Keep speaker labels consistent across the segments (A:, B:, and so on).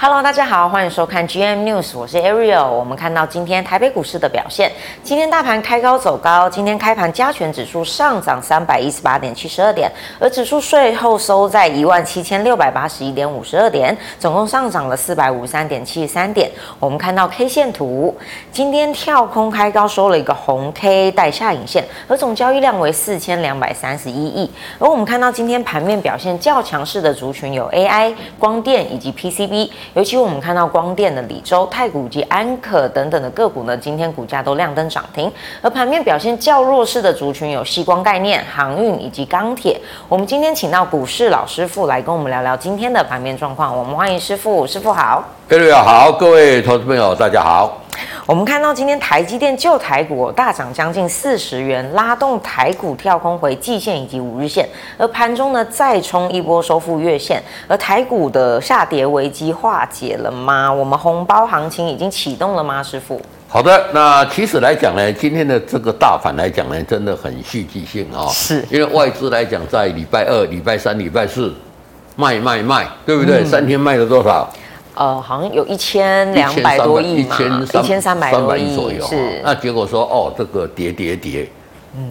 A: Hello，大家好，欢迎收看 GM News，我是 Ariel。我们看到今天台北股市的表现，今天大盘开高走高，今天开盘加权指数上涨三百一十八点七十二点，而指数税后收在一万七千六百八十一点五十二点，总共上涨了四百五十三点七十三点。我们看到 K 线图，今天跳空开高收了一个红 K 带下影线，而总交易量为四千两百三十一亿。而我们看到今天盘面表现较强势的族群有 AI、光电以及 PCB，尤其我们看到光电的李州、太古以及安可等等的个股呢，今天股价都亮灯涨停。而盘面表现较弱势的族群有细光概念、航运以及钢铁。我们今天请到股市老师傅来跟我们聊聊今天的盘面状况，我们欢迎师傅，师傅好。
B: 各位好，各位投资朋友大家好。
A: 我们看到今天台积电旧台股哦大涨将近四十元，拉动台股跳空回季线以及五日线，而盘中呢再冲一波收复月线，而台股的下跌危机化解了吗？我们红包行情已经启动了吗，师傅？
B: 好的，那其实来讲呢，今天的这个大盘来讲呢，真的很戏剧性啊、
A: 是
B: 因为外资来讲，在礼拜二、礼拜三、礼拜四卖卖卖，对不
A: 嗯
B: 对？三天卖了多少？
A: 呃，好像有一千两百多亿
B: 一
A: 嘛，
B: 千
A: 一千三百多亿
B: 左右啊。
A: 是嗯
B: 那结果说哦，这个跌跌跌，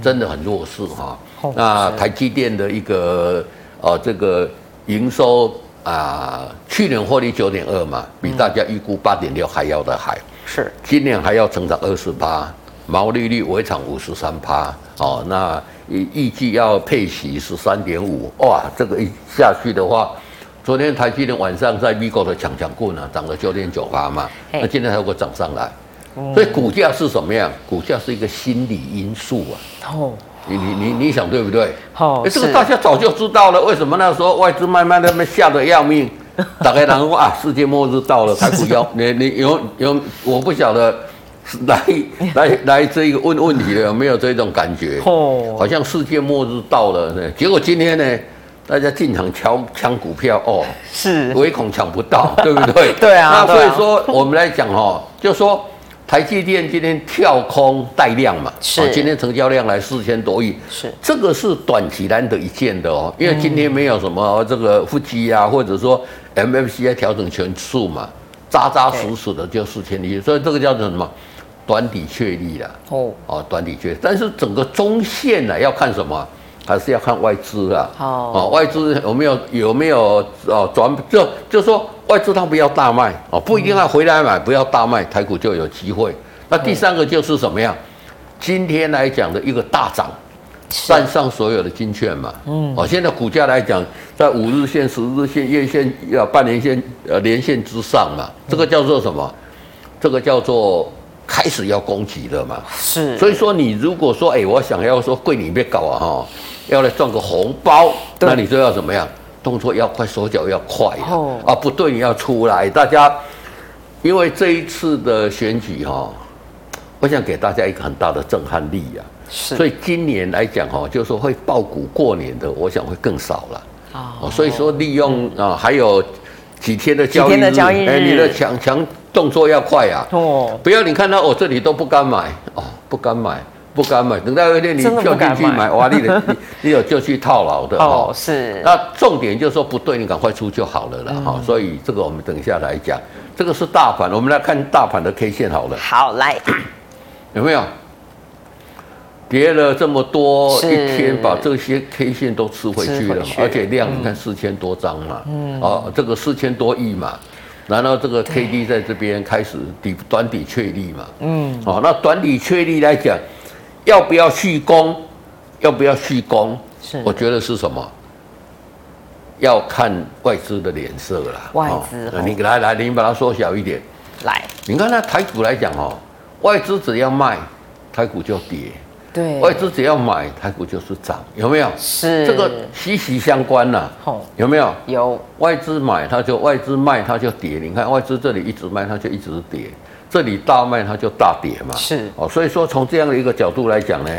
B: 真的很弱势哈、
A: 哦
B: 那
A: 是
B: 台积电的一个呃这个营收啊、去年获利九点二嘛，比大家预估八点六还要的还。
A: 是
B: 今年还要成长二十八，毛利率维厂五十三趴，哦，那预预计要配息十三点五，哇，这个一下去的话，昨天台积电晚上在 Vigo 的抢抢棍呢，涨了九点九八嘛，
A: 嘿
B: 那今天还有个涨上来，所以股价是什么样？股价是一个心理因素啊，
A: 哦
B: 你你你你想对不对？哎
A: 哦
B: 诶这个
A: 是
B: 大家早就知道了，为什么那时候外资慢慢的吓得要命？ 打开然后啊，世界末日 到了，台股要你你有有，我不晓得是来来来这一个问问题的有没有这种感觉？
A: 哎哦，
B: 好像世界末日到了呢。结果今天呢，大家进场抢抢股票哦，
A: 是
B: 唯恐抢不到，对不对？
A: 对啊
B: 那
A: 对
B: 所以
A: 啊
B: 说，我们来讲哦，就说台积电今天跳空带量嘛，
A: 是
B: 哦今天成交量来四千多亿，
A: 是嗯
B: 这个是短期难得一见的哦，因为今天没有什么这个腹肌啊，或者说 MFCI 调整权数嘛，扎扎实实的就四千亿，所以这个叫做什么？短底确立啦，
A: 哦
B: 哦，短底确立，但是整个中线呢、要看什么？还是要看外资啊。
A: 哦
B: 外资有没有有没有哦转就就说外资它不要大卖哦，不一定要回来买，不要大卖，台股就有机会。那第三个就是什么样？今天来讲的一个大涨，
A: 是
B: 站上所有的金券嘛。嗯，哦，现在股价来讲，在五日线、十日线、月线、呃半年线、呃连线之上嘛，这个叫做什么？这个叫做开始要攻击了嘛。
A: 是，
B: 所以说，你如果说，哎、我想要说柜里面搞啊哈，要来赚个红包，
A: 对
B: 那你就要怎么样？动作要快，手脚要快啊！
A: 哦
B: 啊，不对，你要出来，大家，因为这一次的选举哈、我想给大家一个很大的震撼力啊。
A: 是
B: 所以今年来讲哈、就是说会爆股过年的，我想会更少了。哦，所以说利用啊，还有几天的交易
A: 天的交易
B: 哎
A: 日
B: 你的强强动作要快啊。
A: 哦
B: 不要你看到我、这里都不敢买哦，不敢买，不敢买。等到有一天你
A: 真的不
B: 跳进
A: 敢
B: 去
A: 买
B: 买，哇，你 的你你有就去套牢的
A: 哦
B: 哦。
A: 是
B: 那重点就是说不对，你赶快出就好了啦
A: 嗯
B: 哈、所以这个我们等一下来讲，这个是大盘，我们来看大盘的 K 线好了，
A: 好来
B: 有没有？跌了这么多
A: 是
B: 一天，把这些 K 线都吃回去了
A: 吃回
B: 嘛，
A: 去嗯
B: 而且量你看四千多张嘛，哦，这个四千多亿嘛，然后这个 K D 在这边开始底短底确立嘛，嗯，哦，那短底确立来讲，要不要续攻？要不要续攻？
A: 是
B: 我觉得是什么？要看外资的脸色啦。
A: 外资哦
B: 你给来来，你把它缩小一点。
A: 来
B: 你看那台股来讲哦，外资只要卖，台股就跌；
A: 对
B: 外资只要买，台股就是涨，有没有？
A: 是
B: 这个息息相关呐、
A: 哦
B: 有没有？
A: 有
B: 外资买它就外资卖它就跌，你看外资这里一直卖它就一直跌，这里大卖它就大跌嘛。
A: 是
B: 哦，所以说从这样的一个角度来讲呢，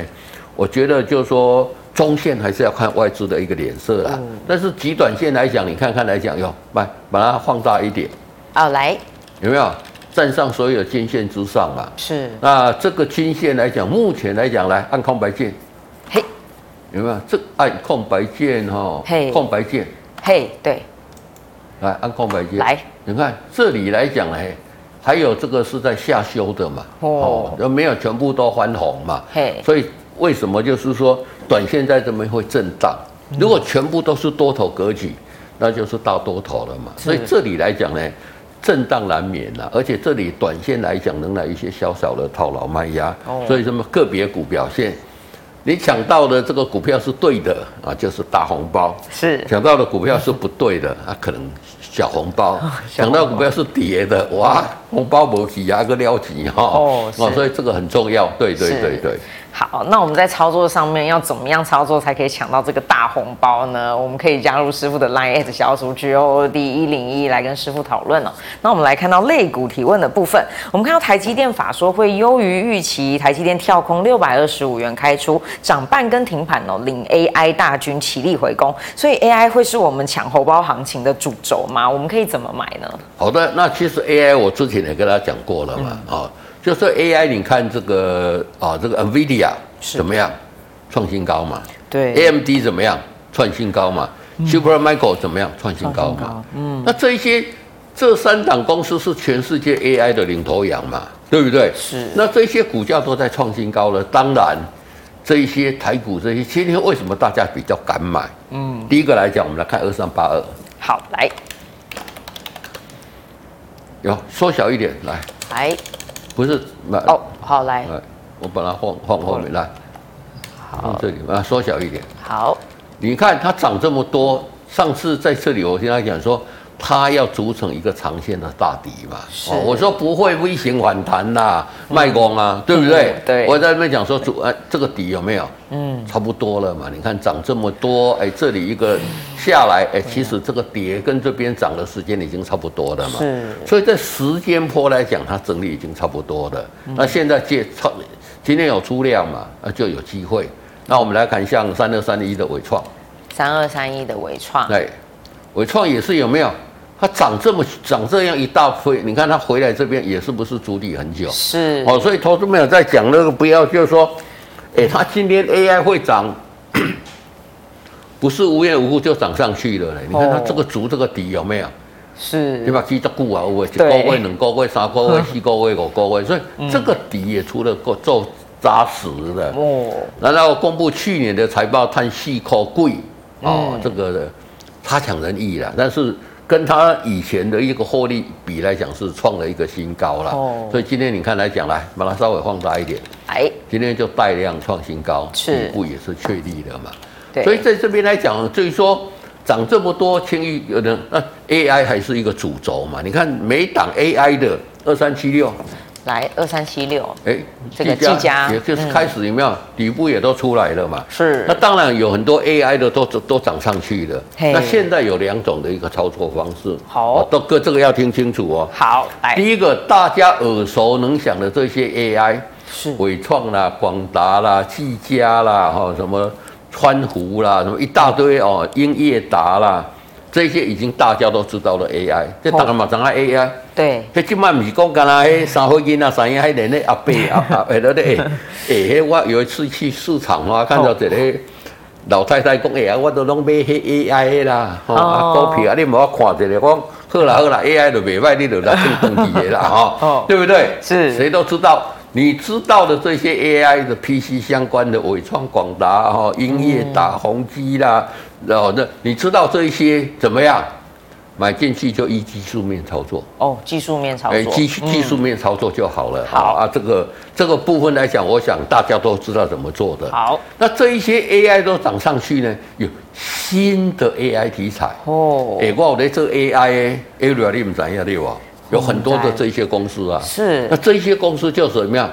B: 我觉得就是说中线还是要看外资的一个脸色啦。
A: 嗯
B: 但是极短线来讲，你看看来讲，哟，把把它放大一点，
A: 哦来
B: 有没有？站上所有均线之上嘛。
A: 是
B: 那这个均线来讲，目前来讲来按空白线，
A: 嘿
B: 有没有？这按空白线哈、
A: 嘿
B: 空白线，
A: 嘿对
B: 来按空白键，
A: 来，
B: 你看这里来讲呢，还有这个是在下修的嘛，
A: 哦
B: 哦，没有全部都翻红嘛，
A: 嘿
B: 所以为什么就是说短线在这边会震荡？
A: 嗯
B: 如果全部都是多头格局，那就是大多头了嘛。所以这里来讲呢，震荡难免啦、而且这里短线来讲能来一些小小的套牢卖压，
A: 哦
B: 所以什么个别股表现，你抢到的这个股票是对的啊，就是大红包。
A: 是
B: 抢到的股票是不对的，啊，可能小红包；
A: 哦小红包
B: 抢到股票是跌的，哇，红包没起啊，个撩起哈。
A: 哦是
B: 所以这个很重要，对对
A: 是
B: 对对。
A: 好，那我们在操作上面要怎么样操作才可以抢到这个大红包呢？我们可以加入师傅的 Line at 小组 G O O D 一零一来跟师傅讨论哦。那我们来看到类股提问的部分，我们看到台积电法说会优于预期，台积电跳空六百二十五元开出，涨半跟停盘哦，领 AI 大军起立回攻，所以 AI 会是我们抢红包行情的主轴吗？我们可以怎么买呢？
B: 好的，那其实 AI 我之前也跟大家讲过了嘛，
A: 嗯
B: 啊、就是 AI，你看这个啊、这个 NVIDIA
A: 是
B: 怎么样，创新高嘛
A: 对，嗯
B: ，AMD 怎么样，创新高嘛、s u p e r m i c r o 怎么样，创新高
A: 创新
B: 嘛
A: 高，
B: 嗯，那这一些这三档公司是全世界 AI 的领头羊嘛，对不对？
A: 是
B: 那这些股价都在创新高了，当然，这一些台股这些，今天为什么大家比较敢买？嗯，第一个来讲，我们来看二三八二，
A: 好，来
B: 有缩小一点来，
A: 来
B: 不是买
A: 哦，好来
B: 来，哎我把它放放后面来，放
A: 好
B: 这里啊，缩小一点。
A: 好
B: 你看它涨这么多，上次在这里我跟他讲说，它要组成一个长线的大底嘛。哦
A: 是
B: 我说不会 V 型反弹呐、卖光啊，对不对
A: 嗯？对
B: 我在那边讲说主啊，这个底有没有？嗯，差不多了嘛。你看涨这么多，哎，这里一个下来，哎，其实这个跌跟这边涨的时间已经差不多了嘛。
A: 是。
B: 所以在时间波来讲，它整理已经差不多了。那现在借超，今天有出量嘛，那就有机会。那我们来看像三六三一的伟创，
A: 三二三一的微创，
B: 对，伟创也是有没有？它涨这么涨这样一大飞，你看它回来这边也是不是主理很久？
A: 是
B: 哦，所以投资朋友在讲那个不要就是说，哎、它今天 AI 会涨， 不是无缘无故就涨上去了嘞。你看它
A: 哦
B: 这个足这个底有没有？你
A: 是
B: 把记得久啊，有诶，一个
A: 对嗯
B: 月、两个月、三个月、四个月、五个月，所以这个底也除了够做扎实的。
A: 哦，
B: 然后公布去年的财报，叹息口贵哦，
A: 嗯
B: 这个差强人意啦。但是跟他以前的一个获利比来讲，是创了一个新高啦。
A: 哦
B: 所以今天你看来讲，来把它稍微放大一点，
A: 哎，
B: 今天就带量创新高，
A: 是
B: 底部也是确立了嘛。
A: 对，
B: 所以在这边来讲，至于说涨这么多，轻易有人那 AI 还是一个主轴嘛？你看每档 AI 的二三七六，
A: 来二三七六
B: 哎，
A: 这个技嘉
B: 也就是
A: 嗯
B: 开始有没有、底部也都出来了嘛？
A: 是
B: 那当然有很多 AI 的都都涨上去了。
A: 嘿
B: 那现在有两种的一个操作方式，哦
A: 好
B: 都各这个要听清楚哦。
A: 好来
B: 第一个大家耳熟能详的这些 AI，
A: 是
B: 伟创啦、广达啦、技嘉啦，哈、什么川湖啦，什么一大堆哦，英业达啦，这些已经大家都知道了 AI，这当然嘛，涨啊 AI。
A: 对
B: 迄即摆毋是讲干那迄三岁囡仔、三婴迄连咧阿伯阿阿伯咧诶诶，迄我有一次去市场啊，看到一个老太太讲诶啊，我都拢买迄 AI 的啦，吼、啊
A: 哦
B: 股票啊，你无我看一下，讲好啦好啦，AI 就袂歹，你就来正登记的啦，吼、
A: 哦
B: 对不对？
A: 是
B: 谁都知道。你知道的这些 AI 的 PC 相关的伟创、广达、哈、英业达、宏基啦，然后那你知道这一些怎么样？买进去就依技术面操作。
A: 哦，技术面操
B: 哎，
A: 作，嗯
B: 技术技术面操作就好了。
A: 好
B: 啊，这个这个部分来讲，我想大家都知道怎么做的。
A: 好
B: 那这一些 AI 都涨上去呢，有新的 AI 题材。
A: 哦
B: 哎、，我有在做 AI 的 area 你们怎样对吧？有很多的这些公司啊，
A: 是
B: 那这些公司就是怎么样？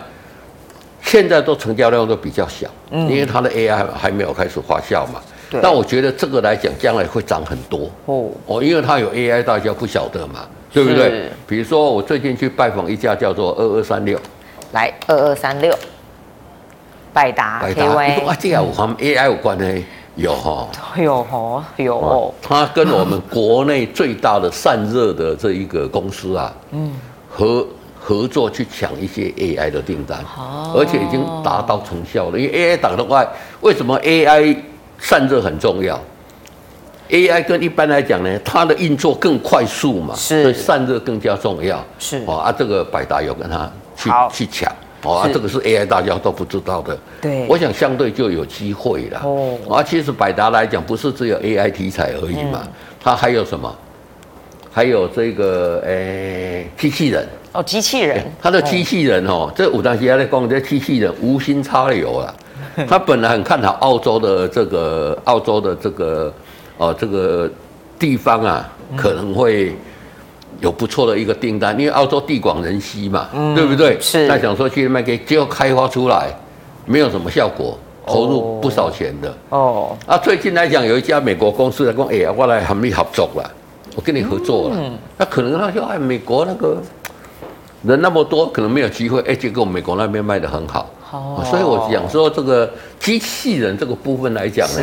B: 现在都成交量都比较小，因为它的 AI 还还没有开始发酵嘛
A: 嗯对。
B: 但我觉得这个来讲，将来会涨很多。
A: 哦，
B: 哦，因为它有 AI，大家不晓得嘛，对不
A: 是
B: 对？比如说我最近去拜访一家叫做二二三六
A: 来二二三六，百达
B: 百
A: K
B: 达，你说啊
A: Y，，
B: 这个有和 AI 有关系，有哈、
A: 有哦有
B: 哦
A: 哦，，
B: 它跟我们国内最大的散热的这一个公司啊，嗯，合合作去抢一些 AI 的订单，
A: 哦
B: 而且已经达到成效了。因为 AI 打的话，为什么 AI 散热很重要？ AI 跟一般来讲呢，它的运作更快速嘛，
A: 是
B: 所以散热更加重要。
A: 是
B: 哦啊，这个百达有跟他去
A: 好
B: 去抢。哦，啊
A: 是，
B: 这个是 AI 大家都不知道的。
A: 对
B: 我想相对就有机会了。
A: 哦
B: 哦，啊，其实百达来讲，不是只有 AI 题材而已嘛，它还有什么？还有这个诶、机器人，
A: 哦，机器人，
B: 它的机器人哦，这五大家在讲这机器人无心插柳啊。他本来很看好澳洲的这个澳洲的这个哦这个地方啊，可能会有不错的一个订单，因为澳洲地广人稀嘛，对不对？
A: 是
B: 那想说去卖给，结果开发出来没有什么效果，投入不少钱的。
A: 哦，
B: 啊，最近来讲有一家美国公司来讲，哎、呀，我来和你合作了，我跟你合作了。
A: 嗯
B: 那可能他就哎，美国那个人那么多，可能没有机会。哎、结果美国那边卖得很好。
A: 哦
B: 所以我讲说这个机器人这个部分来讲呢，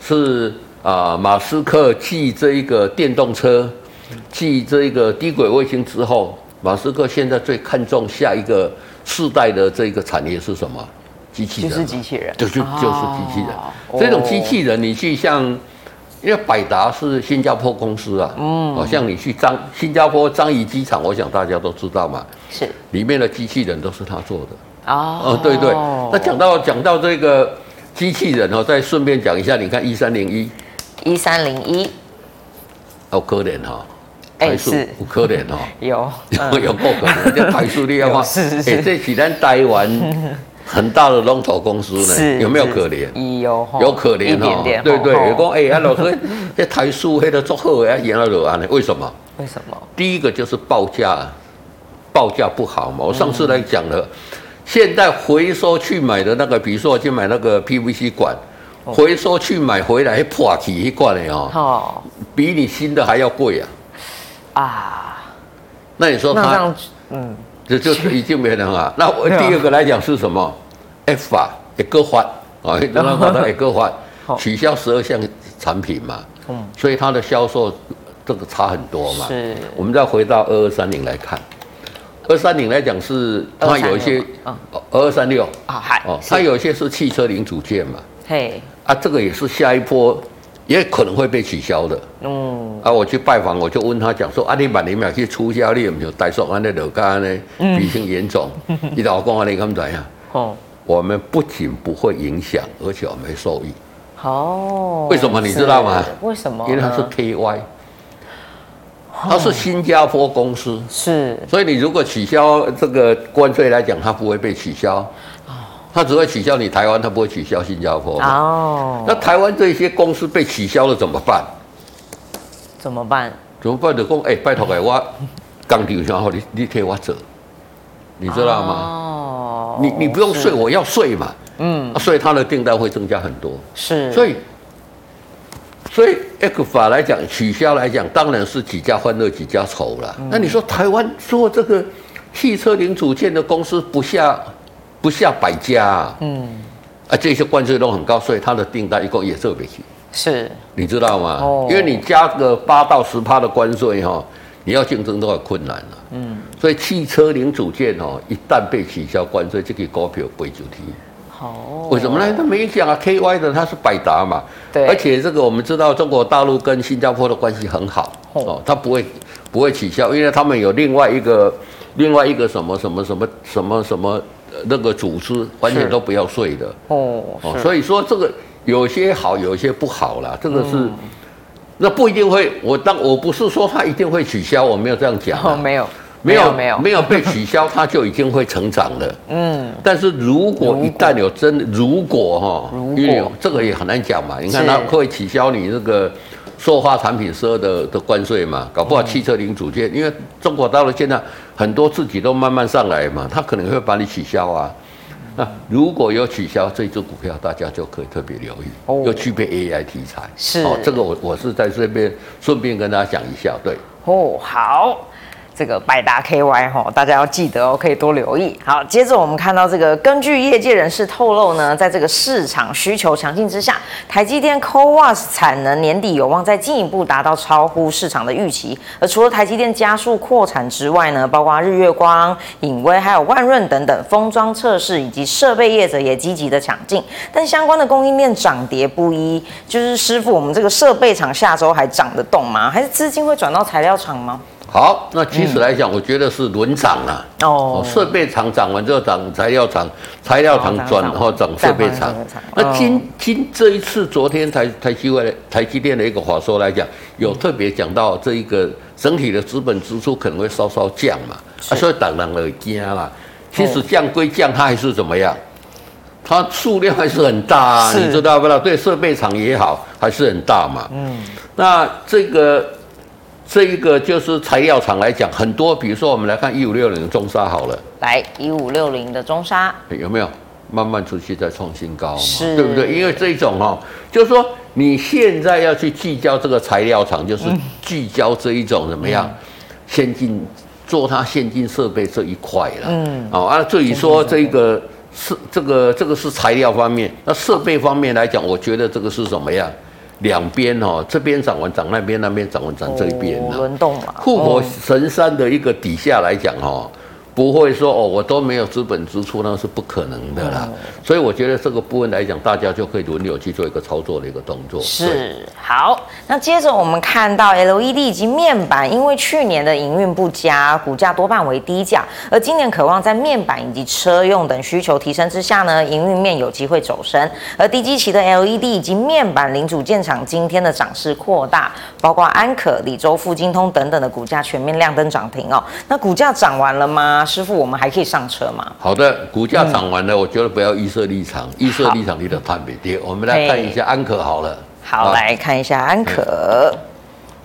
A: 是
B: 是啊、马斯克继这一个电动车，继这一个低轨卫星之后，马斯克现在最看重下一个世代的这个产业是什么？机器
A: 就
B: 人嘛。啊
A: 是机器人，啊
B: 就是就是机器人。
A: 哦
B: 这种机器人，你去像，因为百达是新加坡公司啊，嗯，好像你去张新加坡樟宜机场，我想大家都知道嘛，
A: 是
B: 里面的机器人都是他做的。
A: 哦
B: 哦，对对。那讲到讲到这个机器人哦，再顺便讲一下，你看一三零一，
A: 一三零一
B: 好可怜哈、哦，
A: 哎
B: 台塑
A: 是
B: 有可怜 哈、哦。
A: 有，
B: 有有够可能，这台塑料 化，
A: 是是是
B: 哎这几天台湾很大的龙头公司 呢，有没有可怜？
A: 怜？有吼，
B: 有可怜
A: 一点
B: 哦，
A: 点，
B: 对
A: 吼
B: 对，
A: 吼
B: 有讲哎，啊老师，这台塑黑的做好的，啊赢了就安尼，为什么？
A: 为什么？
B: 第一个就是报价，报价不好嘛。我上次来讲了，现在回收去买的那个，比如说我去买那个 PVC 管，回收去买回来破起一罐的哦，
A: 哦
B: 比你新的还要贵啊。
A: 啊，
B: 那你说
A: 那这
B: 它
A: 样嗯
B: 这就是已经没人 啊？那我
A: 对啊
B: 第二个来讲是什么？F 法也各换啊，让它把它也各换
A: 好，
B: 取消十二项产品嘛。
A: 嗯
B: 所以它的销售这个差很多嘛。
A: 是
B: 我们再回到二二三零来看，二三零来讲是它有一些
A: 236
B: 哦
A: 嗯，
B: 二二三六
A: 啊嗨
B: 哦，，它
A: 是
B: 有一些是汽车零组件嘛，
A: 嘿
B: 啊，这个也是下一波也可能会被取消的。
A: 嗯
B: 啊，我去拜访，我就问他讲说，啊，你万年秒去出家，你有没有带上安尼老家呢？比成严重，你老公安尼咁怎样？
A: 哦
B: 我们不仅不会影响，而且我们会受益，
A: 好，
B: 为什么你知道吗
A: 哦是为什么嗯呢？
B: 因为它是 KY，它是新加坡公司，
A: 是
B: 所以你如果取消这个关税来讲，它不会被取消，它只会取消你台湾，它不会取消新加坡。那
A: 哦，
B: 台湾这些公司被取消了怎么办？
A: 怎么办？
B: 怎么办？就讲，哎、拜托给我钢铁然后你你替我走，你知道吗？
A: 哦
B: 你你不用
A: 是
B: 睡，我要睡嘛。
A: 嗯
B: 啊所以它的订单会增加很多。
A: 是，
B: 所
A: 以
B: 以，所以 A 股法来讲，取消来讲，当然是几家欢乐几家愁了。那你说台湾做这个汽车零组件的公司不下不下百家啊？嗯，啊，这些关税都很高，所以它的订单一共也做不起。
A: 是
B: 你知道吗？
A: 哦
B: 因为你加个八到十趴的关税哈、你要竞争都很困难了、嗯，所以汽车零组件哦，一旦被取消关税，这个股票不会主题。
A: 好，
B: 为什么呢？它没影响啊，KY 的它是百达嘛，
A: 哦对
B: 而且这个我们知道中国大陆跟新加坡的关系很好
A: 哦
B: 哦，它不会不会取消，因为他们有另外一个另外一个什么什么什么什么什么呃那个组织，完
A: 是
B: 全都不要税的。
A: 哦，
B: 哦，
A: 是
B: 所以说这个有些好，有些不好啦，这个是。
A: 嗯
B: 那不一定会，我当我不是说它一定会取消，我没有这样讲啊、
A: 哦没有没有
B: 没有被取消，它就已经会成长了。
A: 嗯
B: 但是如果一旦有真的，如果哈，
A: 如果
B: 因为有这个也很难讲嘛，你看
A: 是
B: 它会取消你这个塑化产品十二的的关税嘛，搞不好汽车零组件，因为中国大陆现在很多自己都慢慢上来嘛，它可能会把你取消啊。那如果有取消这只股票，大家就可以特别留意，
A: 哦
B: 又具备 AI 题材。
A: 是
B: 哦，这个我我是在这边顺便跟大家讲一下，对。
A: 哦好。这个百达 KY 哈，大家要记得哦，可以多留意。好，接着我们看到这个，根据业界人士透露呢，在这个市场需求强劲之下，台积电 CoWAS 产能年底有望再进一步达到超乎市场的预期。而除了台积电加速扩产之外呢，包括日月光、影威还有万润等等封装测试以及设备业者也积极的抢进，但相关的供应链涨跌不一。就是师傅，我们这个设备厂下周还涨得动吗？还是资金会转到材料厂吗？
B: 好，那其实来讲，我觉得是轮涨啊。
A: 哦
B: 哦，设备厂涨完之后涨材料厂，材料厂转然哦后涨设备厂。那今今这一次昨天台台积电台积电的一个话说来讲，有特别讲到这一个整体的资本支出可能会稍稍降嘛，啊，所以当然了惊啦。其实降归降，它还是怎么样？它数量还是很大、啊，
A: 是
B: 你知道不啦？对设备厂也好，还是很大嘛。嗯，那这个这一个就是材料厂来讲，很多，比如说我们来看一五六零中沙好了，
A: 来一五六零的中沙，
B: 有没有慢慢出去再创新高嘛？
A: 是
B: 对不对？因为这种哦，就是说你现在要去聚焦这个材料厂，就是聚焦这一种怎么样、先进做它先进设备这一块了。嗯，哦啊，至于说这个是这个这个是材料方面，那设备方面来讲，我觉得这个是怎么样？两边哦，这边涨完涨那边，那边涨完涨这一边、
A: 哦
B: 啊
A: 轮动嘛，
B: 护
A: 哦
B: 国神山的一个底下来讲哈、哦，不会说哦，我都没有资本支出，那是不可能的
A: 哦
B: 啦。所以我觉得这个部分来讲，大家就可以轮流去做一个操作的一个动作。对。
A: 是好，那接着我们看到 LED 以及面板，因为去年的营运不佳，股价多半为低价，而今年渴望在面板以及车用等需求提升之下呢，营运面有机会走升。而低基期的 LED 以及面板零组件厂今天的涨势扩大，包括安可、李州、富金通等等的股价全面亮灯涨停哦。那股价涨完了吗？师傅，我们还可以上车吗？
B: 好的，股价涨
A: 嗯
B: 完了，我觉得不要预设立场，预设立场你的判别跌。我们来看一下安可好了。
A: 好，
B: 啊
A: 来看一下安可，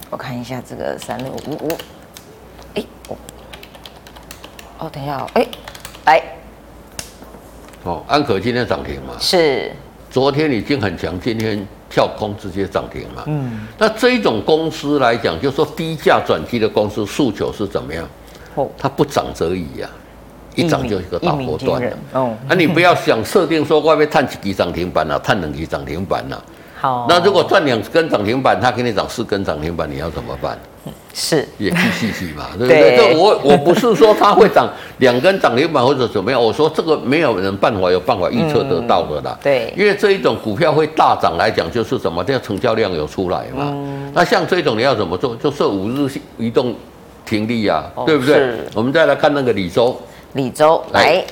A: 我看一下这个三六五五，哎，我哦，等一下哦，哎，来
B: 哦，安可今天涨停嘛？
A: 是
B: 昨天已经很强，今天跳空直接涨停嘛。嗯，那这一种公司来讲，就说低价转机的公司诉求是怎么样？
A: 哦，
B: 它不涨则已呀、一涨就是一个大
A: 一鸣
B: 波
A: 惊
B: 段了
A: 人。，哦，
B: 啊，你不要想设定说外面探几涨停板啊，探两几涨停板啊。
A: 好，
B: 那如果赚两根涨停板，它给你涨四根涨停板，你要怎么 办？
A: 是
B: 也去细细嘛，对不
A: 对
B: 对？这我我不是说它会涨两根涨停板或者怎么样，我说这个没有人办法有办法预测得到的啦。
A: 嗯对
B: 因为这一种股票会大涨来讲，就是什么？这样成交量有出来嘛。
A: 嗯
B: 那像这种你要怎么做？就设五日移动停利啊，
A: 哦
B: 对不对
A: 是？
B: 我们再来看那个李州。
A: 李州来
B: 来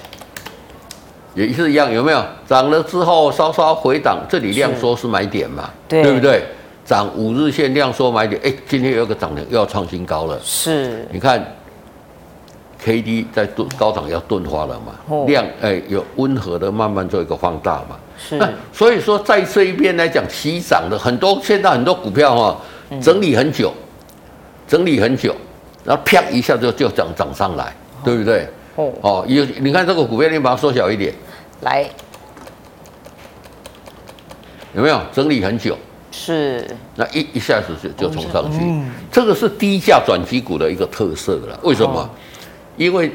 B: 也是一样，有没有？涨了之后稍稍回档，这里量缩是买点嘛，
A: 对
B: 不对？涨五日线量缩买点，哎，今天有一个涨停又要创新高了。
A: 是
B: 你看，K D 在钝高档要钝化了嘛，
A: 哦
B: 量哎有温和的慢慢做一个放大嘛。
A: 是
B: 那所以说在这一边来讲，起涨的很多，现在很多股票哈、
A: 嗯
B: 哦，整理很久，整理很久，然后啪一下就就涨涨上来，对不对？
A: 哦
B: 哦，有你看这个股票，你把它缩小一点。
A: 来
B: 有没有整理很久？
A: 是
B: 那一一下子就就冲上嗯去，这个是低价转机股的一个特色了。为什么？
A: 哦
B: 因为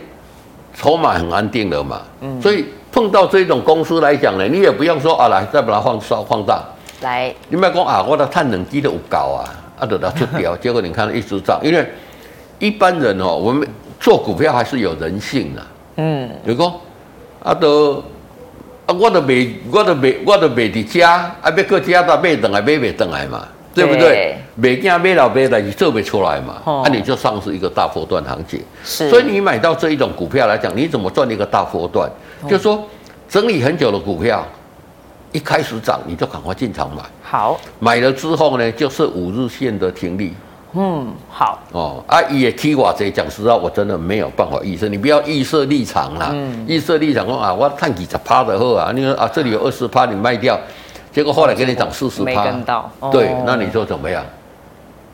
B: 筹码很安定了嘛，所以碰到这种公司来讲呢，你也不用说啊，来再把它放稍放大，
A: 来
B: 你不要讲啊，我的碳冷机都有搞啊，啊，等它出 掉，结果你看一直涨，因为一般人哦，我们做股票还是有人性的、
A: 嗯
B: 就讲啊都啊，我都卖，我都卖，我都卖伫家，啊要搁家再买等来，买袂等来嘛，对不对？卖囝买老买，但是做不出来嘛，
A: 哦
B: 啊你就丧失一个大波段行情。
A: 是，
B: 所以你买到这一种股票来讲，你怎么赚一个大波段？
A: 哦
B: 就是说整理很久的股票，一开始涨你就赶快进场买，
A: 好
B: 买了之后呢，就是五日线的停利。
A: 嗯好
B: 哦，啊，伊也踢我这讲实话，我真的没有办法预测。你不要预设立场啦，
A: 嗯
B: 预设立场说啊，我探几十趴的后啊，你说啊这里有二十趴，你卖掉，结果后来给你涨四十
A: 没
B: 趴，
A: 跟到哦
B: 对，那你说怎么样？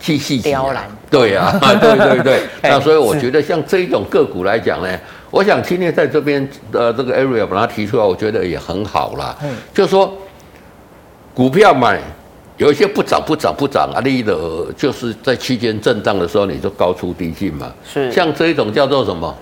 B: 气细节
A: 刁难
B: 啊，对呀、 啊，对对对。那所以我
A: 哎是
B: 觉得像这种个股来讲呢，我想今天在这边呃这个
A: 嗯
B: area 把它提出来，我觉得也很好啦。就说股票买有一些不涨不涨不涨啊，你的就是在区间震荡的时候，你就高出低进嘛。
A: 是
B: 像这一种叫做什么？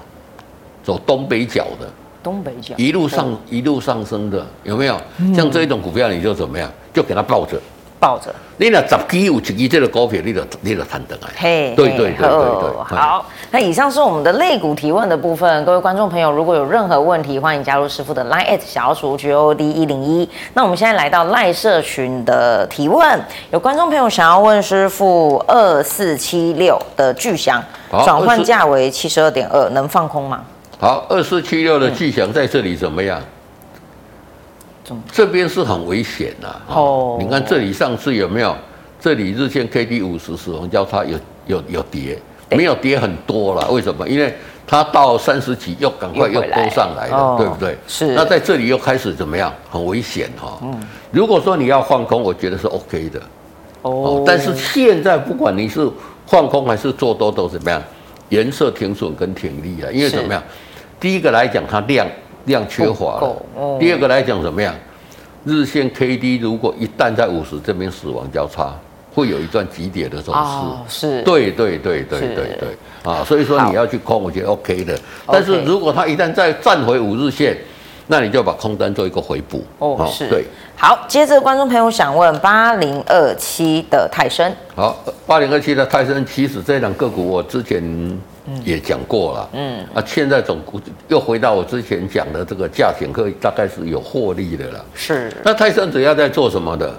B: 走东北角的，
A: 东北角
B: 一路上一路上升的，有没有？
A: 嗯
B: 像这一种股票，你就怎么样？就给它抱着。
A: 抱着，
B: 你若十支有一支这个股票，你就你就啊谈得来。
A: 嘿，
B: 对
A: 嘿
B: 对对对
A: 哦
B: 对。
A: 好，那以上是我们的肋骨提问的部分。各位观众朋友，如果有任何问题，欢迎加入师傅的 Line at 小鼠 G O D 一零一。那我们现在来到赖社群的提问，有观众朋友想要问师傅二四七六的巨翔
B: 好
A: 转换
B: 24
A: 价为七十二点二，能放空吗？
B: 好，二四七六的巨响在这里怎么样？
A: 怎么
B: 这边是很危险呐、
A: 哦
B: 哦，你看这里上次有没有？这里日线 K D 五十死亡交叉有有有跌，
A: 对
B: 没有跌很多了。为什么？因为它到三十几又赶快
A: 又
B: 又
A: 回来
B: 勾上来了，
A: 哦
B: 对不对？
A: 是嗯
B: 那在这里又开始怎么样？很危险哈、如果说你要放空，我觉得是 OK 的。哦，但是现在不管你是放空还是做多，都怎么样？颜色停损跟停利啊，因为
A: 是
B: 怎么样？第一个来讲，它量量缺乏
A: 不
B: 了
A: 够哦；
B: 第二个来讲，怎么样？日线 K D 如果一旦在五十这边死亡交叉，会有一段急跌的走势。
A: 哦，是，
B: 对对对对
A: 是
B: 对对啊！所以说
A: 好
B: 你要去空，我觉得 OK 的。但是
A: OK
B: 如果它一旦再站回五日线，那你就把空单做一个回补。
A: 哦，是，
B: 对。。
A: 好，接着观众朋友想问八零二七的泰升，
B: 好，八零二七的泰森，其实这两个股我之前也讲过了，嗯，啊，现在总股又回到我之前讲的这个价钱，可以大概是有获利的了。
A: 是
B: 那泰森主要在做什么的？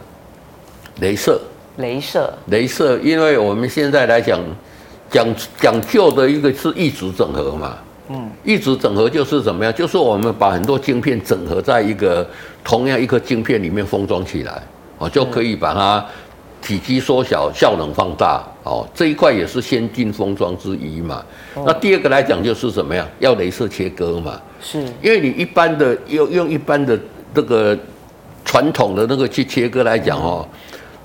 B: 镭射，
A: 镭射，
B: 镭射，因为我们现在来讲，讲讲究的一个是一直整合嘛，嗯，一直整合就是怎么样？就是我们把很多晶片整合在一个同样一颗晶片里面封装起来，哦，就可以把它体积缩小，效能放大，哦，这一块也是先进封装之一嘛。那第二个来讲就是怎么样？要镭射切割嘛，
A: 是
B: 因为你一般的用用一般的这个传统的那个去切割来讲哦，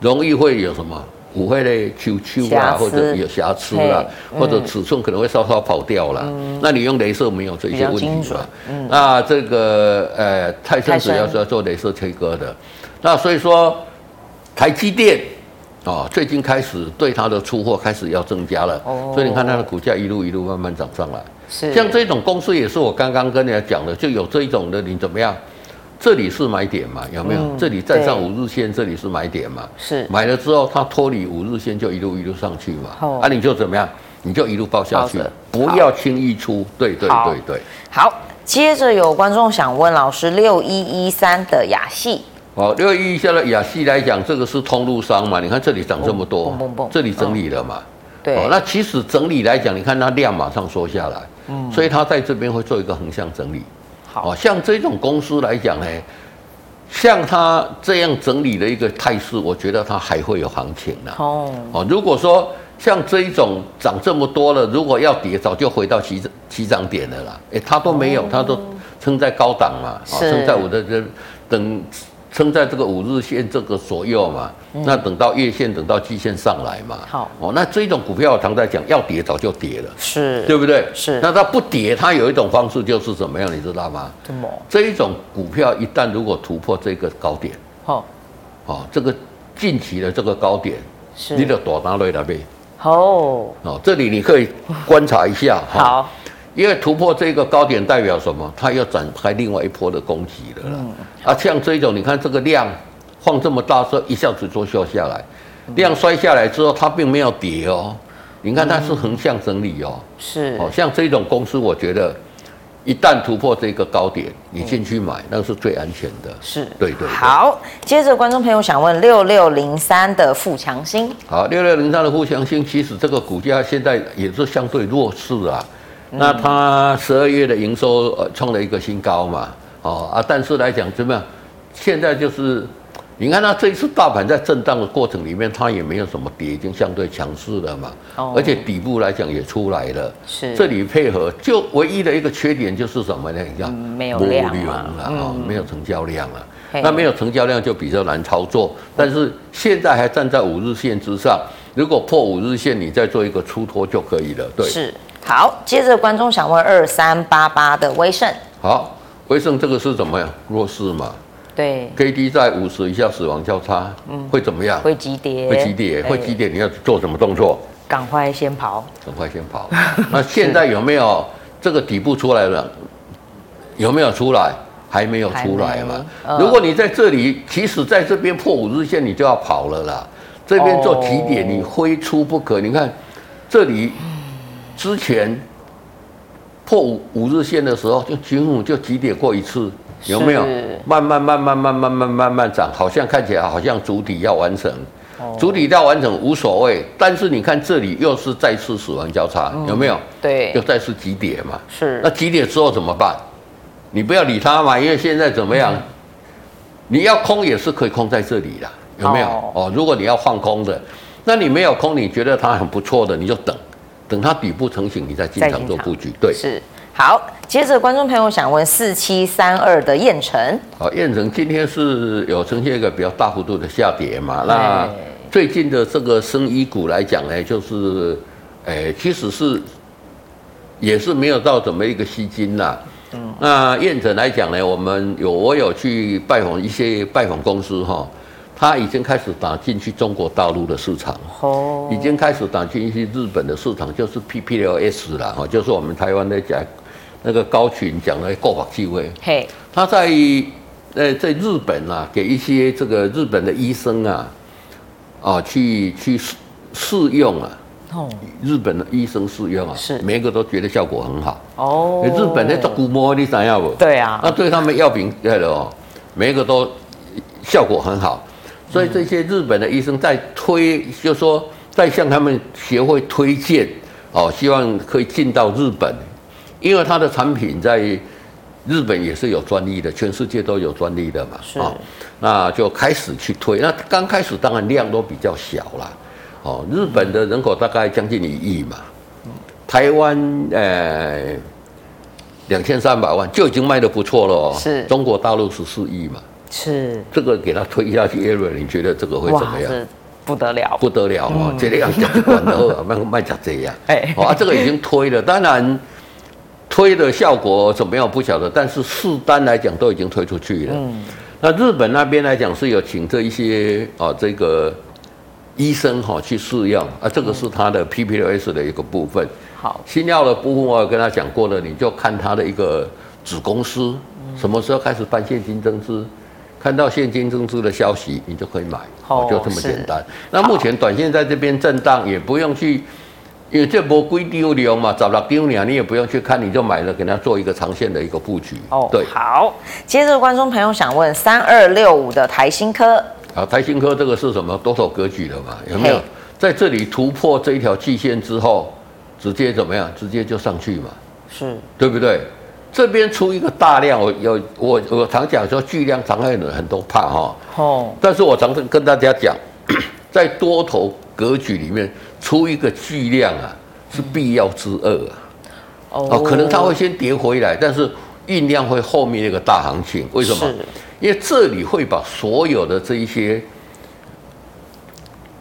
B: 容易会有什么？骨会嘞，球球啊，
A: 瑕疵
B: 或者有瑕疵啦、
A: 嘿嗯
B: 或者尺寸可能会稍稍跑掉啦。那你用镭射没有这些问
A: 比较精
B: 题
A: 准嗯
B: 嘛？那这个呃，泰森主要是要做镭射切割的。那所以说，台积电啊、哦，最近开始对它的出货开始要增加了，
A: 哦
B: 所以你看它的股价一路一路慢慢涨上来。
A: 是
B: 像这种公司也是我刚刚跟你讲的，就有这一种的，你怎么样？这里是买点嘛，有没有？
A: 嗯
B: 这里站上
A: 对
B: 五日线，这里是买点嘛。
A: 是
B: 买了之后，它脱离五日线就一路一路上去嘛。
A: 哦
B: 啊，你就怎么样？你就一路报下去
A: 抱着，
B: 不要轻易出。对对
A: 好
B: 对对。
A: 好。接着有观众想问老师六一一三的雅戏，
B: 好，六一一下的雅西来讲，这个是通路商嘛？你看这里涨这么多
A: 蹦蹦蹦蹦，
B: 这里整理了嘛？
A: 对，
B: 哦，那其实整理来讲，你看它量马上缩下来，所以它在这边会做一个横向整理。
A: 嗯好
B: 哦，像这种公司来讲呢，像它这样整理的一个态势，我觉得它还会有行情的、
A: 哦，
B: 哦，如果说像这一种涨这么多了，如果要跌，早就回到起起涨点了啦。哎，它都没有，它都撑在高档嘛，啊
A: 哦是
B: 撑在我的这等撑在这个五日线这个左右嘛。那等到月线，等到季线上来嘛。
A: 嗯好
B: 哦，那这种股票我常在讲，要跌早就跌了，
A: 是
B: 对不对？
A: 是
B: 那它不跌，它有一种方式就是怎么样，你知道吗？
A: 怎么？
B: 这一种股票一旦如果突破这个高点，
A: 哦，
B: 哦，这个近期的这个高点，
A: 是
B: 你的躲哪里来呗？
A: 哦，
B: 哦，这里你可以观察一下哈
A: 好，
B: 因为突破这个高点代表什么？它要展开另外一波的攻击了啦。啊，像这种你看这个量放这么大之后，一下子就掉下来，量摔下来之后，它并没有跌哦，你看它是横向整理哦。
A: 是
B: 哦，像这种公司，我觉得一旦突破这个高点，你进去买，那是最安全的。
A: 是，
B: 对对对
A: 好，接着观众朋友想问六六零三的富强星，
B: 好，六六零三的富强星，其实这个股价现在也是相对弱势啊。那它十二月的营收呃创了一个新高嘛，哦啊，但是来讲怎么样？现在就是你看它这一次大盘在震荡的过程里面，它也没有什么跌，已经相对强势了嘛。
A: 哦
B: 而且底部来讲也出来了。
A: 是
B: 这里配合就唯一的一个缺点就是什么呢？你看、
A: 嗯没有
B: 没有
A: 量嘛嗯
B: 量了哦，没有成交量了
A: 嘿。
B: 那没有成交量就比较难操作，但是现在还站在五日线之上，如果破五日线，你再做一个出脱就可以了。对，
A: 是好，接着观众想问二三八八的威盛，
B: 好，威盛这个是怎么样？弱势嘛，
A: 对，
B: K D 在五十以下死亡交叉，会怎么样？
A: 嗯会急跌，
B: 会急跌，会急
A: 哎，
B: 跌，你要做什么动作？
A: 赶快先跑。
B: 很快先跑。 那现在有没有这个底部出来了？有没有出来？还没有出来嘛
A: 还没。呃
B: 如果你在这里，即使在这边破五日线，你就要跑了啦。这边做极
A: 哦
B: 点，你非出不可。你看这里之前破五五日线的时候，就群虎就极点过一次，有没有
A: 是？
B: 慢慢慢慢慢慢慢慢慢涨，好像看起来好像主体要完成
A: 哦，
B: 主体要完成无所谓。但是你看这里又是再次死亡交叉，有没有？
A: 哦对
B: 又，再次极点嘛。
A: 是
B: 那极点之后怎么办？你不要理它嘛，因为现在怎么
A: 嗯
B: 样？你要空也是可以空在这里的，有没有？
A: 哦
B: 哦如果你要放空的，那你没有空，你觉得它很不错的，你就等，等它底部成型，你再进
A: 再
B: 场
A: 进
B: 做
A: 场
B: 布局。对，
A: 是。好，接着观众朋友想问四七三二的燕城，
B: 好，哦燕城今天是有呈现一个比较大幅度的下跌嘛？那最近的这个生医股来讲呢，就是，诶、其实是也是没有到怎么一个吸金啦、那燕城来讲呢，我们有我有去拜访一些拜访公司哈、它已经开始打进去中国大陆的市场。
A: 哦
B: 已，经开始打进一些日本的市场，就是 PPLS 啦，哈，就是我们台湾在讲那个高群讲的购法机会。
A: 嘿，
B: 他在呃在日本啊，给一些这个日本的医生啊，啊去去试试用啊，
A: 哦，
B: 日本的医生试用啊，
A: 是
B: 每一个都觉得效果很好。
A: 哦
B: 日本的做古摸，你想要不？
A: 对啊
B: 那对他们药品对了哦，每一个都效果很好，所以这些日本的医生在推，就说在向他们协会推荐哦，希望可以进到日本，因为他的产品在日本也是有专利的，全世界都有专利的嘛，
A: 是
B: 那就开始去推。那刚开始当然量都比较小啦，哦，日本的人口大概将近一亿嘛，台湾呃两千三百万就已经卖得不错了哦，
A: 是
B: 中国大陆十四亿嘛，
A: 是
B: 这个给它推下去 a r o n 你觉得这个会怎么样？
A: 这不得了，
B: 不得了哦，这个要讲就 管了，卖卖讲这样，
A: 嗯哎
B: 哦啊，这个已经推了，当然推的效果怎么样不晓得，但是试单来讲都已经推出去了。
A: 嗯
B: 那日本那边来讲是有请这一些哦，这个医生哈、哦、去试用啊，这个是他的 PPLS 的一个部分。
A: 好，
B: 新药的部分我有跟他讲过了，你就看他的一个子公司什么时候开始办现金增资，看到现金增资的消息，你就可以买，
A: 哦
B: 哦，就这么
A: 是
B: 简单。那目前短线在这边震荡，也不用去，因为这波归丢流嘛，找到丢鸟你也不用去看，你就买了，给它做一个长线的一个布局。
A: 哦，
B: 对。
A: 好。接着观众朋友想问三二六五的台新科，
B: 啊，台新科这个是什么多头格局的嘛？有没有
A: 嘿
B: 在这里突破这一条季线之后，直接怎么样？直接就上去嘛？
A: 是
B: 对不对？这边出一个大量，我有我我常讲说巨量常害人很多怕哈，
A: 哦，
B: 但是我常常跟大家讲， 在多头格局里面出一个巨量啊是必要之恶啊，
A: 嗯
B: 哦，可能它会先跌回来，但是酝酿会后面那个大行情，为什么
A: 是？
B: 因为这里会把所有的这一些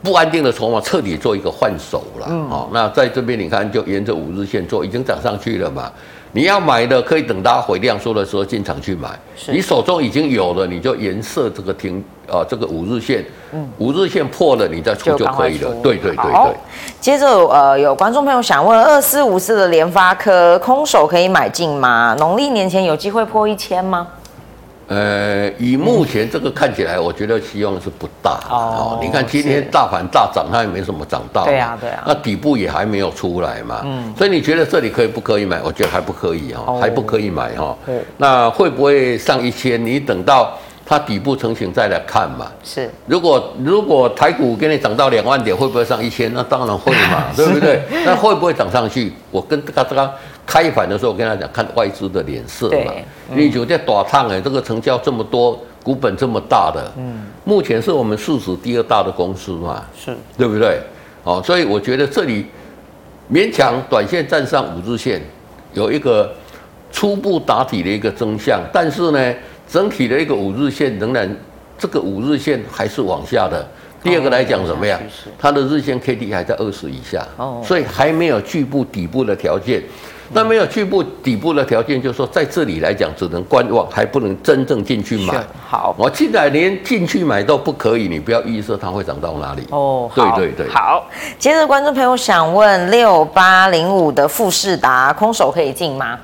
B: 不安定的筹码彻底做一个换手了。
A: 嗯
B: 哦，那在这边你看，就沿着五日线做，已经涨上去了嘛。你要买的可以等它回量缩的时候进场去买，
A: 是
B: 你手中已经有了，你就沿设这个停啊、这个五日线，五日线破了你再出
A: 嗯
B: 就
A: 赶
B: 可
A: 快
B: 以了
A: 出。
B: 对对对
A: 好
B: 对。
A: 接着呃，有观众朋友想问二四五四的联发科空手可以买进吗？农历年前有机会破一千吗？
B: 呃，以目前这个看起来，我觉得希望是不大啦
A: 哦
B: 哦。你看今天
A: 是
B: 大盘大涨，它也没什么涨到嘛。
A: 对啊对啊
B: 那底部也还没有出来嘛。嗯。所以你觉得这里可以不可以买？我觉得还不可以
A: 哦
B: 哦，还不可以买哈
A: 对。
B: 那会不会上一千？你等到它底部成型再来看嘛。
A: 是
B: 如果如果台股给你涨到两万点，会不会上一千？那当然会嘛，对不对？那会不会涨上去？我跟他他开盘的时候，我跟他讲，看外资的脸色嘛
A: 对。
B: 你有在打烫哎，这个成交这么多，股本这么大的，嗯，目前是我们市值第二大的公司嘛，
A: 是
B: 对不对？哦，所以我觉得这里勉强短线站上五日线，有一个初步打底的一个真相，但是呢，整体的一个五日线仍然这个五日线还是往下的，第二个来讲怎么样
A: 哦趋势？
B: 它的日线 K D 还在二十以下
A: 哦，
B: 所以还没有局部底部的条件。那没有局部底部的条件，就是说在这里来讲只能观望，还不能真正进去买
A: 是。好
B: 我现在连进去买都不可以，你不要预设它会涨到哪里。
A: 哦，
B: 对
A: 好
B: 对对。
A: 好。接着，观众朋友想问六八零五的富士达空手可以进吗？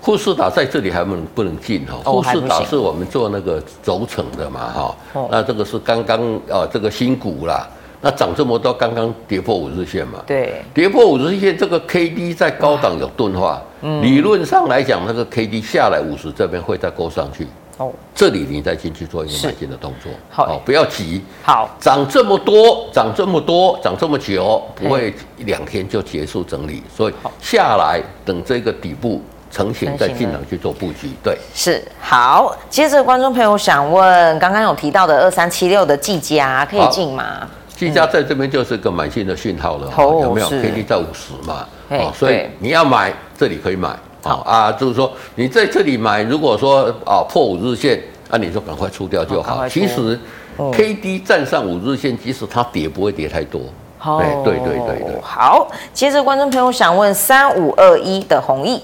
B: 富士达在这里还不能不能进哈、
A: 哦
B: 富
A: 还不
B: 士
A: 行
B: 达是我们做那个轴承的嘛哈、
A: 哦
B: 那这个是刚刚啊这个新股啦，那涨这么多，刚刚跌破五日线嘛，
A: 对，
B: 跌破五日线这个 K D 在高档有钝化，
A: 嗯
B: 理论上来讲，那个 K D 下来五十这边会再勾上去，
A: 哦，
B: 这里你再进去做一
A: 是
B: 个买进的动作，哦
A: 好
B: 不要急，
A: 好，
B: 涨这么多，涨这么多，涨这么久，不会一两天就结束整理，所以下来等这个底部成型
A: 成型
B: 再
A: 了
B: 进场去做布局。对，
A: 是好。接着，观众朋友想问，刚刚有提到的二三七六的技嘉可以
B: 好
A: 进吗？
B: 技嘉在这边就是个买进的讯号了，
A: 哦
B: 有没有
A: 是
B: ？K D 在五十嘛，
A: 嘿
B: 哦，所以
A: 对
B: 你要买这里可以买，哦啊，就是说你在这里买，如果说啊破五日线，那、你就赶快出掉就
A: 哦赶
B: 好。
A: 快出
B: 其实
A: 嗯
B: K D 站上五日线，即使它跌不会跌太多。
A: 好，哦
B: 哎对对对对。
A: 好。接着，观众朋友想问三五二一的弘毅，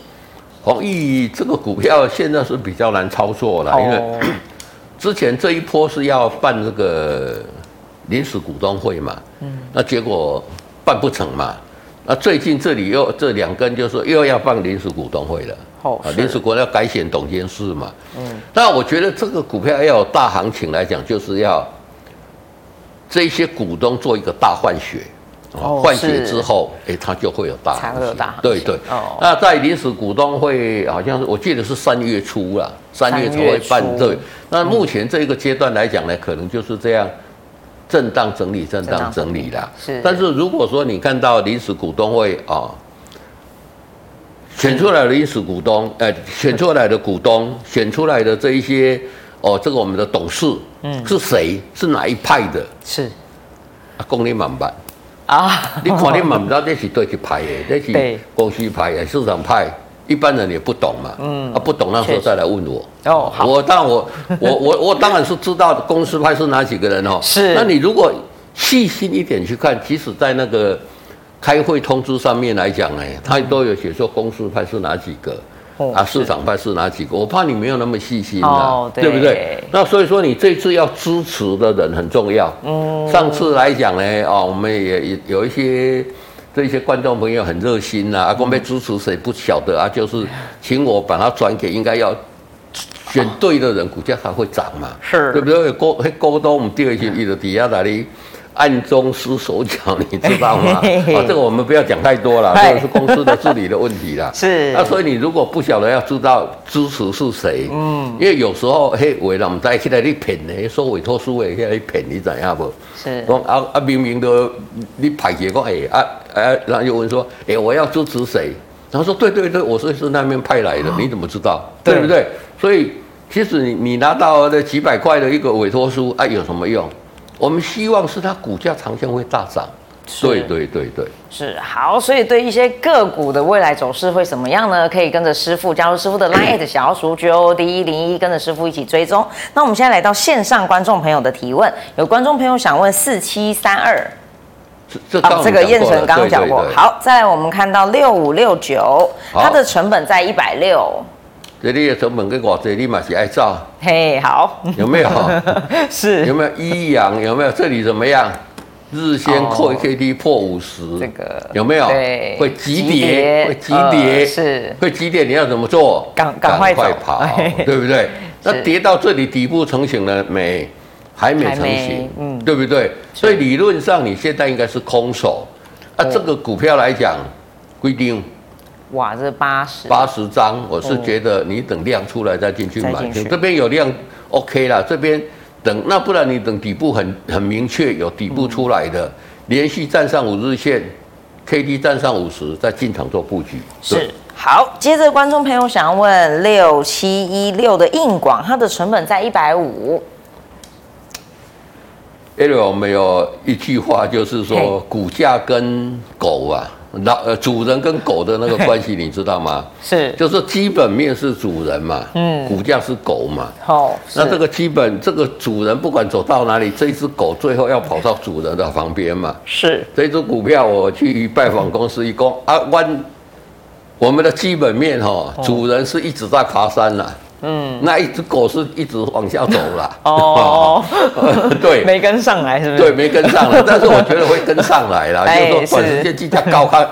B: 弘毅这个股票现在是比较难操作了，因为
A: 哦
B: 之前这一波是要办这个临时股东会嘛，
A: 嗯
B: 那结果办不成嘛，那最近这里又这两根就是又要办临时股东会了，啊
A: 哦是嗯
B: 临时股要改选董监事嘛，那我觉得这个股票要有大行情来讲，就是要这些股东做一个大换血。
A: 哦
B: 哦，换血
A: 是
B: 之后，哎、它就会有大
A: 才
B: 行
A: 会有
B: 情。
A: 大行
B: 对
A: 情
B: 对，
A: 哦
B: 那在临时股东会，好像是我记得是三月初啦，三月才会办
A: 三月初
B: 对。那目前这个阶段来讲呢，可能就是这样。震荡整理，震荡整理啦。
A: 是
B: 但是如果说你看到临时股东会啊、选出来的临时股东，呃，选出来的股东，选出来的这一些哦，这个我们的董事，嗯，是谁？是哪一派的？
A: 是
B: 啊，公你满版。
A: 啊，
B: 你看你嘛不知道这是对去派的，这
A: 对
B: 是公司派的，市场派，一般人也不懂嘛。嗯，啊，不懂那时
A: 确
B: 候
A: 实
B: 再来问我。
A: 哦好
B: 我当然我我我我当然是知道公司派是哪几个人哦。
A: 是
B: 那你如果细心一点去看，即使在那个开会通知上面来讲，哎，他都有写说公司派是哪几个。
A: 哦
B: 啊，市场派是哪几个？我怕你没有那么细心啊，
A: 哦对
B: 对不对？那所以说，你这次要支持的人很重要。嗯，上次来讲呢，哦，我们也也有一些这些观众朋友很热心呐、啊，啊，公被支持谁不晓得啊，就是请我把它转给应该要选对的人，股价才会涨嘛，
A: 是
B: 对不对？沟沟通我们第二句，你的底下哪里？暗中施手脚，你知道吗？啊，
A: 嘿嘿嘿
B: 这个我们不要讲太多了，
A: 嗨
B: 这个是公司的治理的问题 啦。
A: 是
B: 那所以你如果不晓得要知道支持是谁，嗯，因为有时候嘿委人唔知起来你骗的，收委托书的起来你骗，你知影无？
A: 是
B: 讲啊啊明明都你派给讲哎啊啊，然后就问说哎、我要支持谁？然后说对对对，我是是那边派来的，你怎么知道？
A: 对
B: 对不对？所以其实你你拿到那几百块的一个委托书啊，有什么用？我们希望是它股价长线会大涨。
A: 是
B: 对对对对。
A: 是好，所以对一些个股的未来走势会怎么样呢？可以跟着师傅加入师傅的 Line 小老鼠 G O D 一零一，跟着师傅一起追踪。那我们现在来到线上观众朋友的提问，有观众朋友想问四七三二，
B: 这这
A: 啊，这个
B: 验
A: 燕城刚刚讲过。，好，再来我们看到六五六九，
B: 好
A: 它的成本在一百六，
B: 对对对这你的成本跟我这你嘛是爱照，
A: 嘿，好，
B: 有没有？
A: 是
B: 有没有一阳？有没有？这里怎么样？日先扩
A: 哦
B: K D 破五十，
A: 这个
B: 有没有？
A: 对
B: 会急
A: 急跌
B: 跌，会急
A: 呃
B: 跌，
A: 是
B: 会急跌。你要怎么做？
A: 赶赶快走
B: 跑
A: 哎，
B: 对不对？那
A: 是
B: 跌到这里底部成型了没？还没
A: 还
B: 成
A: 没
B: 型，
A: 嗯
B: 对不对？所以理论上你现在应该是空手。啊，这个股票来讲，规定
A: 哇，这八十，
B: 八十张，我是觉得你等量出来再进去
A: 哦再
B: 买
A: 进去。
B: 这边有量 OK 啦，这边等那不然你等底部很很明确有底部出来
A: 嗯
B: 的，连续站上五日线，K D 站上五十，再进场做布局。对
A: 是。好，接着观众朋友想要问六七一六的硬广，它的成本在一百五，
B: 因为我们有一句话就是
A: 嘿
B: 说，股价跟狗啊，老呃主人跟狗的那个关系，你知道吗？
A: 是，
B: 就是基本面是主人嘛，嗯，股价是狗嘛。
A: 哦，
B: 那这
A: 个
B: 个基本，这个主人不管走到哪里，这只狗最后要跑到主人的旁边嘛。
A: 是
B: 这只股票我去拜访公司一共啊，弯我们的基本面哈、主人是一直在爬山啦、嗯，那一只狗是一直往下走啦。
A: 哦，
B: 对，
A: 没跟上来是不是？
B: 对，，没跟上来，但是我觉得会跟上来啦。
A: 哎
B: 就是说，短
A: 是
B: 时间计价高，它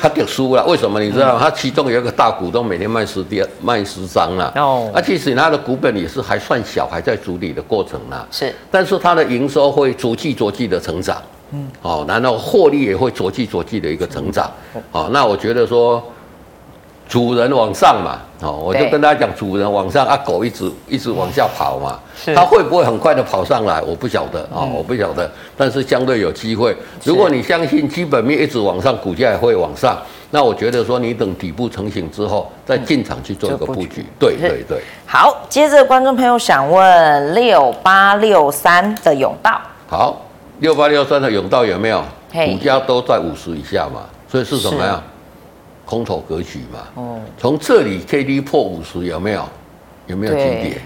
B: 它就输了。为什么？你知道吗，它其中有一个大股东每天卖十跌卖十张啦。
A: 哦
B: 啊，其实它的股本也是还算小，还在处理的过程啦。
A: 是
B: 但是它的营收会逐季逐季的成长，嗯，哦，然后获利也会逐季逐季的一个成长，哦，那我觉得说。主人往上嘛，哦，我就
A: 对
B: 跟他讲，主人往上啊，狗一直一直往下跑嘛
A: 是，
B: 它会不会很快的跑上来？我不晓得啊、哦我不晓得，但是相对有机会。如果你相信基本面一直往上，股价也会往上，那我觉得说你等底部成型之后再进场去做一个
A: 做布
B: 嗯布
A: 局
B: 局。对
A: 是
B: 对对，
A: 好，接着观众朋友想问六八六三的甬道，
B: 好，六八六三的永道有没有？
A: 嘿
B: 股价都在五十以下嘛，所以是什么
A: 是
B: 呀？空头格局嘛。
A: 哦，
B: 从这里 K D 破五十有没有？有没有急跌？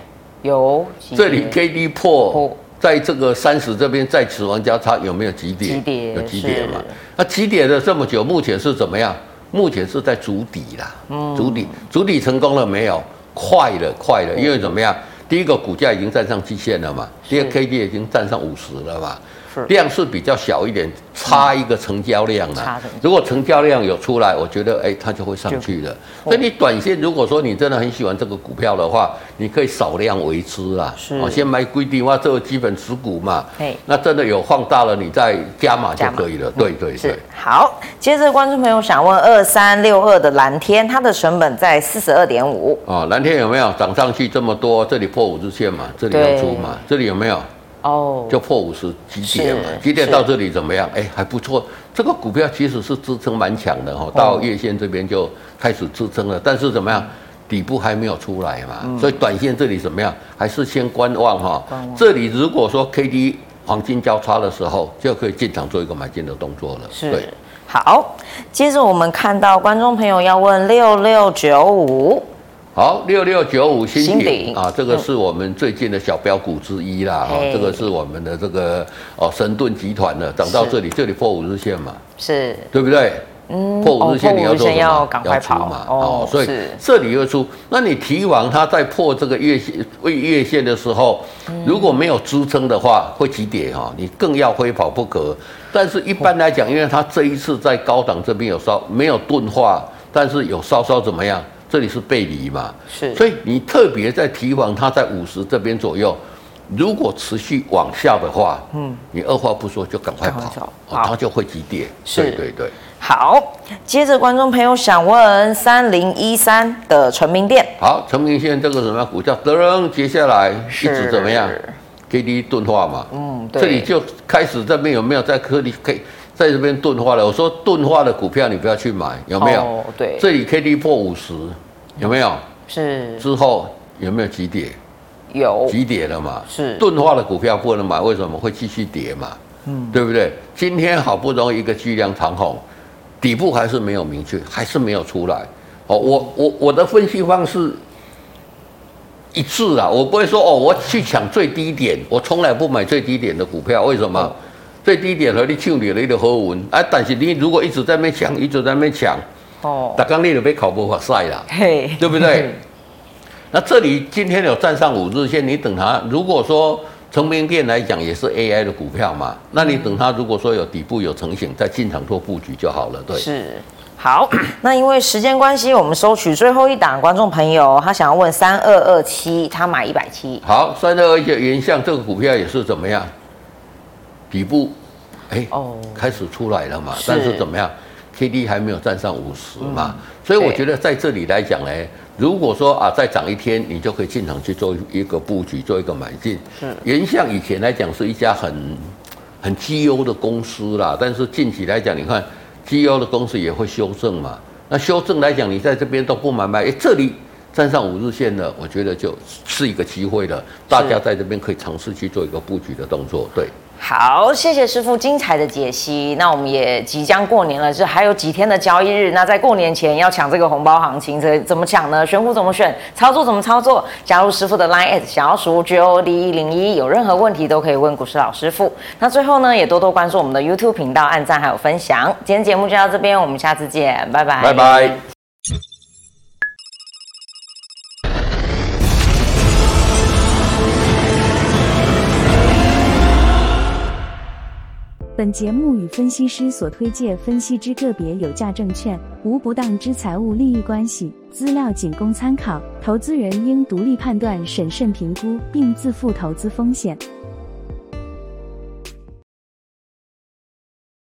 A: 有几
B: 这里
A: 点
B: K D
A: 破
B: 破，在这个三十这边再此往交叉有没有急跌？
A: 急跌
B: 有急跌嘛
A: 是？
B: 那急跌了这么久，目前是怎么样？目前是在筑底啦，
A: 嗯
B: 筑底，筑底成功了没有？快了，快了，因为怎么样？第一个股价已经站上季线了嘛，第二
A: 嗯是
B: K D 已经站上五十了嘛
A: 是，
B: 量是比较小一点，差一个成交量
A: 差
B: 啦
A: 成交。
B: 如果成交量有出来，我觉得哎、它就会上去了。所以你短线如果说你真的很喜欢这个股票的话，你可以少量为之啦。
A: 是
B: 哦先买规定话，这个基本持股嘛
A: 嘿。
B: 那真的有放大了，你再加码就
A: 加码嗯
B: 可以了。对对对
A: 是。好，接着观众朋友想问二三六二的蓝天，它的成本在四十二点五，
B: 哦，蓝天有没有涨上去这么多？这里破五日线嘛，这里
A: 对
B: 要出嘛，这里有没有
A: 哦，
B: 就破五十几点嘛
A: 是？
B: 几点
A: 是
B: 到这里怎么样？哎，还不错。这个股票其实是支撑蛮强的哈、哦，到月线这边就开始支撑了，但是怎么样？底部还没有出来嘛，所以短线这里怎么样？还是先观望哈、
A: 嗯观望
B: 这里如果说 K D 黄金交叉的时候，就可以进场做一个买进的动作了。对
A: 是。好，接着我们看到观众朋友要问六六九五，
B: 好，六六九五新
A: 新
B: 鼎
A: 鼎嗯
B: 啊，这个是我们最近的小标股之一啦。哈、
A: 嘿
B: 这个是我们的这个哦神盾集团的，涨到
A: 是
B: 这里，这里破五日线嘛，
A: 是
B: 对不对？嗯，破五日线
A: 哦
B: 你要做
A: 破五日线
B: 什么？
A: 要赶快
B: 出
A: 跑
B: 嘛。
A: 哦
B: 哦，所以
A: 是
B: 这里又出，那你提完它在破这个月线、未月线的时候，如果没有支撑的话，会急跌哈、你更要非跑不可。但是一般来讲，因为它这一次在高档这边有稍没有钝化，但是有稍稍怎么样？这里是背离嘛，
A: 是
B: 所以你特别在提防它在五十这边左右，如果持续往下的话，嗯，你二话不说就赶快
A: 赶快
B: 跑
A: 走，
B: 哦
A: 好
B: 它就会急跌。
A: 是
B: 对对对。
A: 好，接着观众朋友想问三零一三的成名店，
B: 好，成明线这个什么股票，噔，接下来一直怎么样
A: 是
B: ？K D 钝化嘛，
A: 嗯对
B: 这里就开始这边有没有在科里 K 在这边钝化了？我说钝化的股票你不要去买，有没有？
A: 哦对
B: 这里 K D 破五十，有没有？
A: 是
B: 之后有没有急跌？
A: 有
B: 急跌了嘛，
A: 是
B: 钝化的股票不能买，为什么会继续跌嘛？嗯，对不对？今天好不容易一个巨量长红，底部还是没有明确，还是没有出来。哦，我我我的分析方式一致啊，我不会说哦，我去抢最低点，我从来不买最低点的股票，为什么？最低点和你抢你你的好运，啊，但是你如果一直在那边抢，一直在那边抢，
A: 哦，
B: 大刚你就被考不法赛啦。
A: 嘿，
B: 对 不对？那这里今天有站上五日线，你等它。如果说成名店来讲也是 AI 的股票嘛，那你等它如果说有底部有成型，再进场做布局就好了。对，
A: 是。好，那因为时间关系，我们收取最后一档观众朋友，他想要问三二二七，他买一百七，
B: 好，三六二一原相这个股票也是怎么样？底部，哎，
A: 哦
B: 开始出来了嘛，
A: 是嗯
B: 但是怎么样？K D 还没有站上五十嘛，所以我
A: 对
B: 觉得在这里来讲呢，如果说啊再涨一天，你就可以进场去做一个布局，做一个买进。
A: 是
B: 原像以前来讲是一家很很绩优的公司啦，但是近期来讲，你看绩优的公司也会修正嘛。那修正来讲，你在这边都不买卖，哎、这里站上五日线了，我觉得就是一个机会了，大家在这边可以尝试去做一个布局的动作。对，
A: 好，谢谢师傅精彩的解析。那我们也即将过年了，就还有几天的交易日。那在过年前要抢这个红包行情，这怎么抢呢？选股怎么选？操作怎么操作？加入师傅的 Line at 小老鼠 G O D 一零一，有任何问题都可以问股市老师傅。那最后呢，也多多关注我们的 YouTube 频道，按赞还有分享。今天节目就到这边，我们下次见，拜拜，
B: 拜拜。
C: 本节目与分析师所推介分析之个别有价证券无不当之财务利益关系，资料仅供参考，投资人应独立判断、审慎评估，并自负投资风险。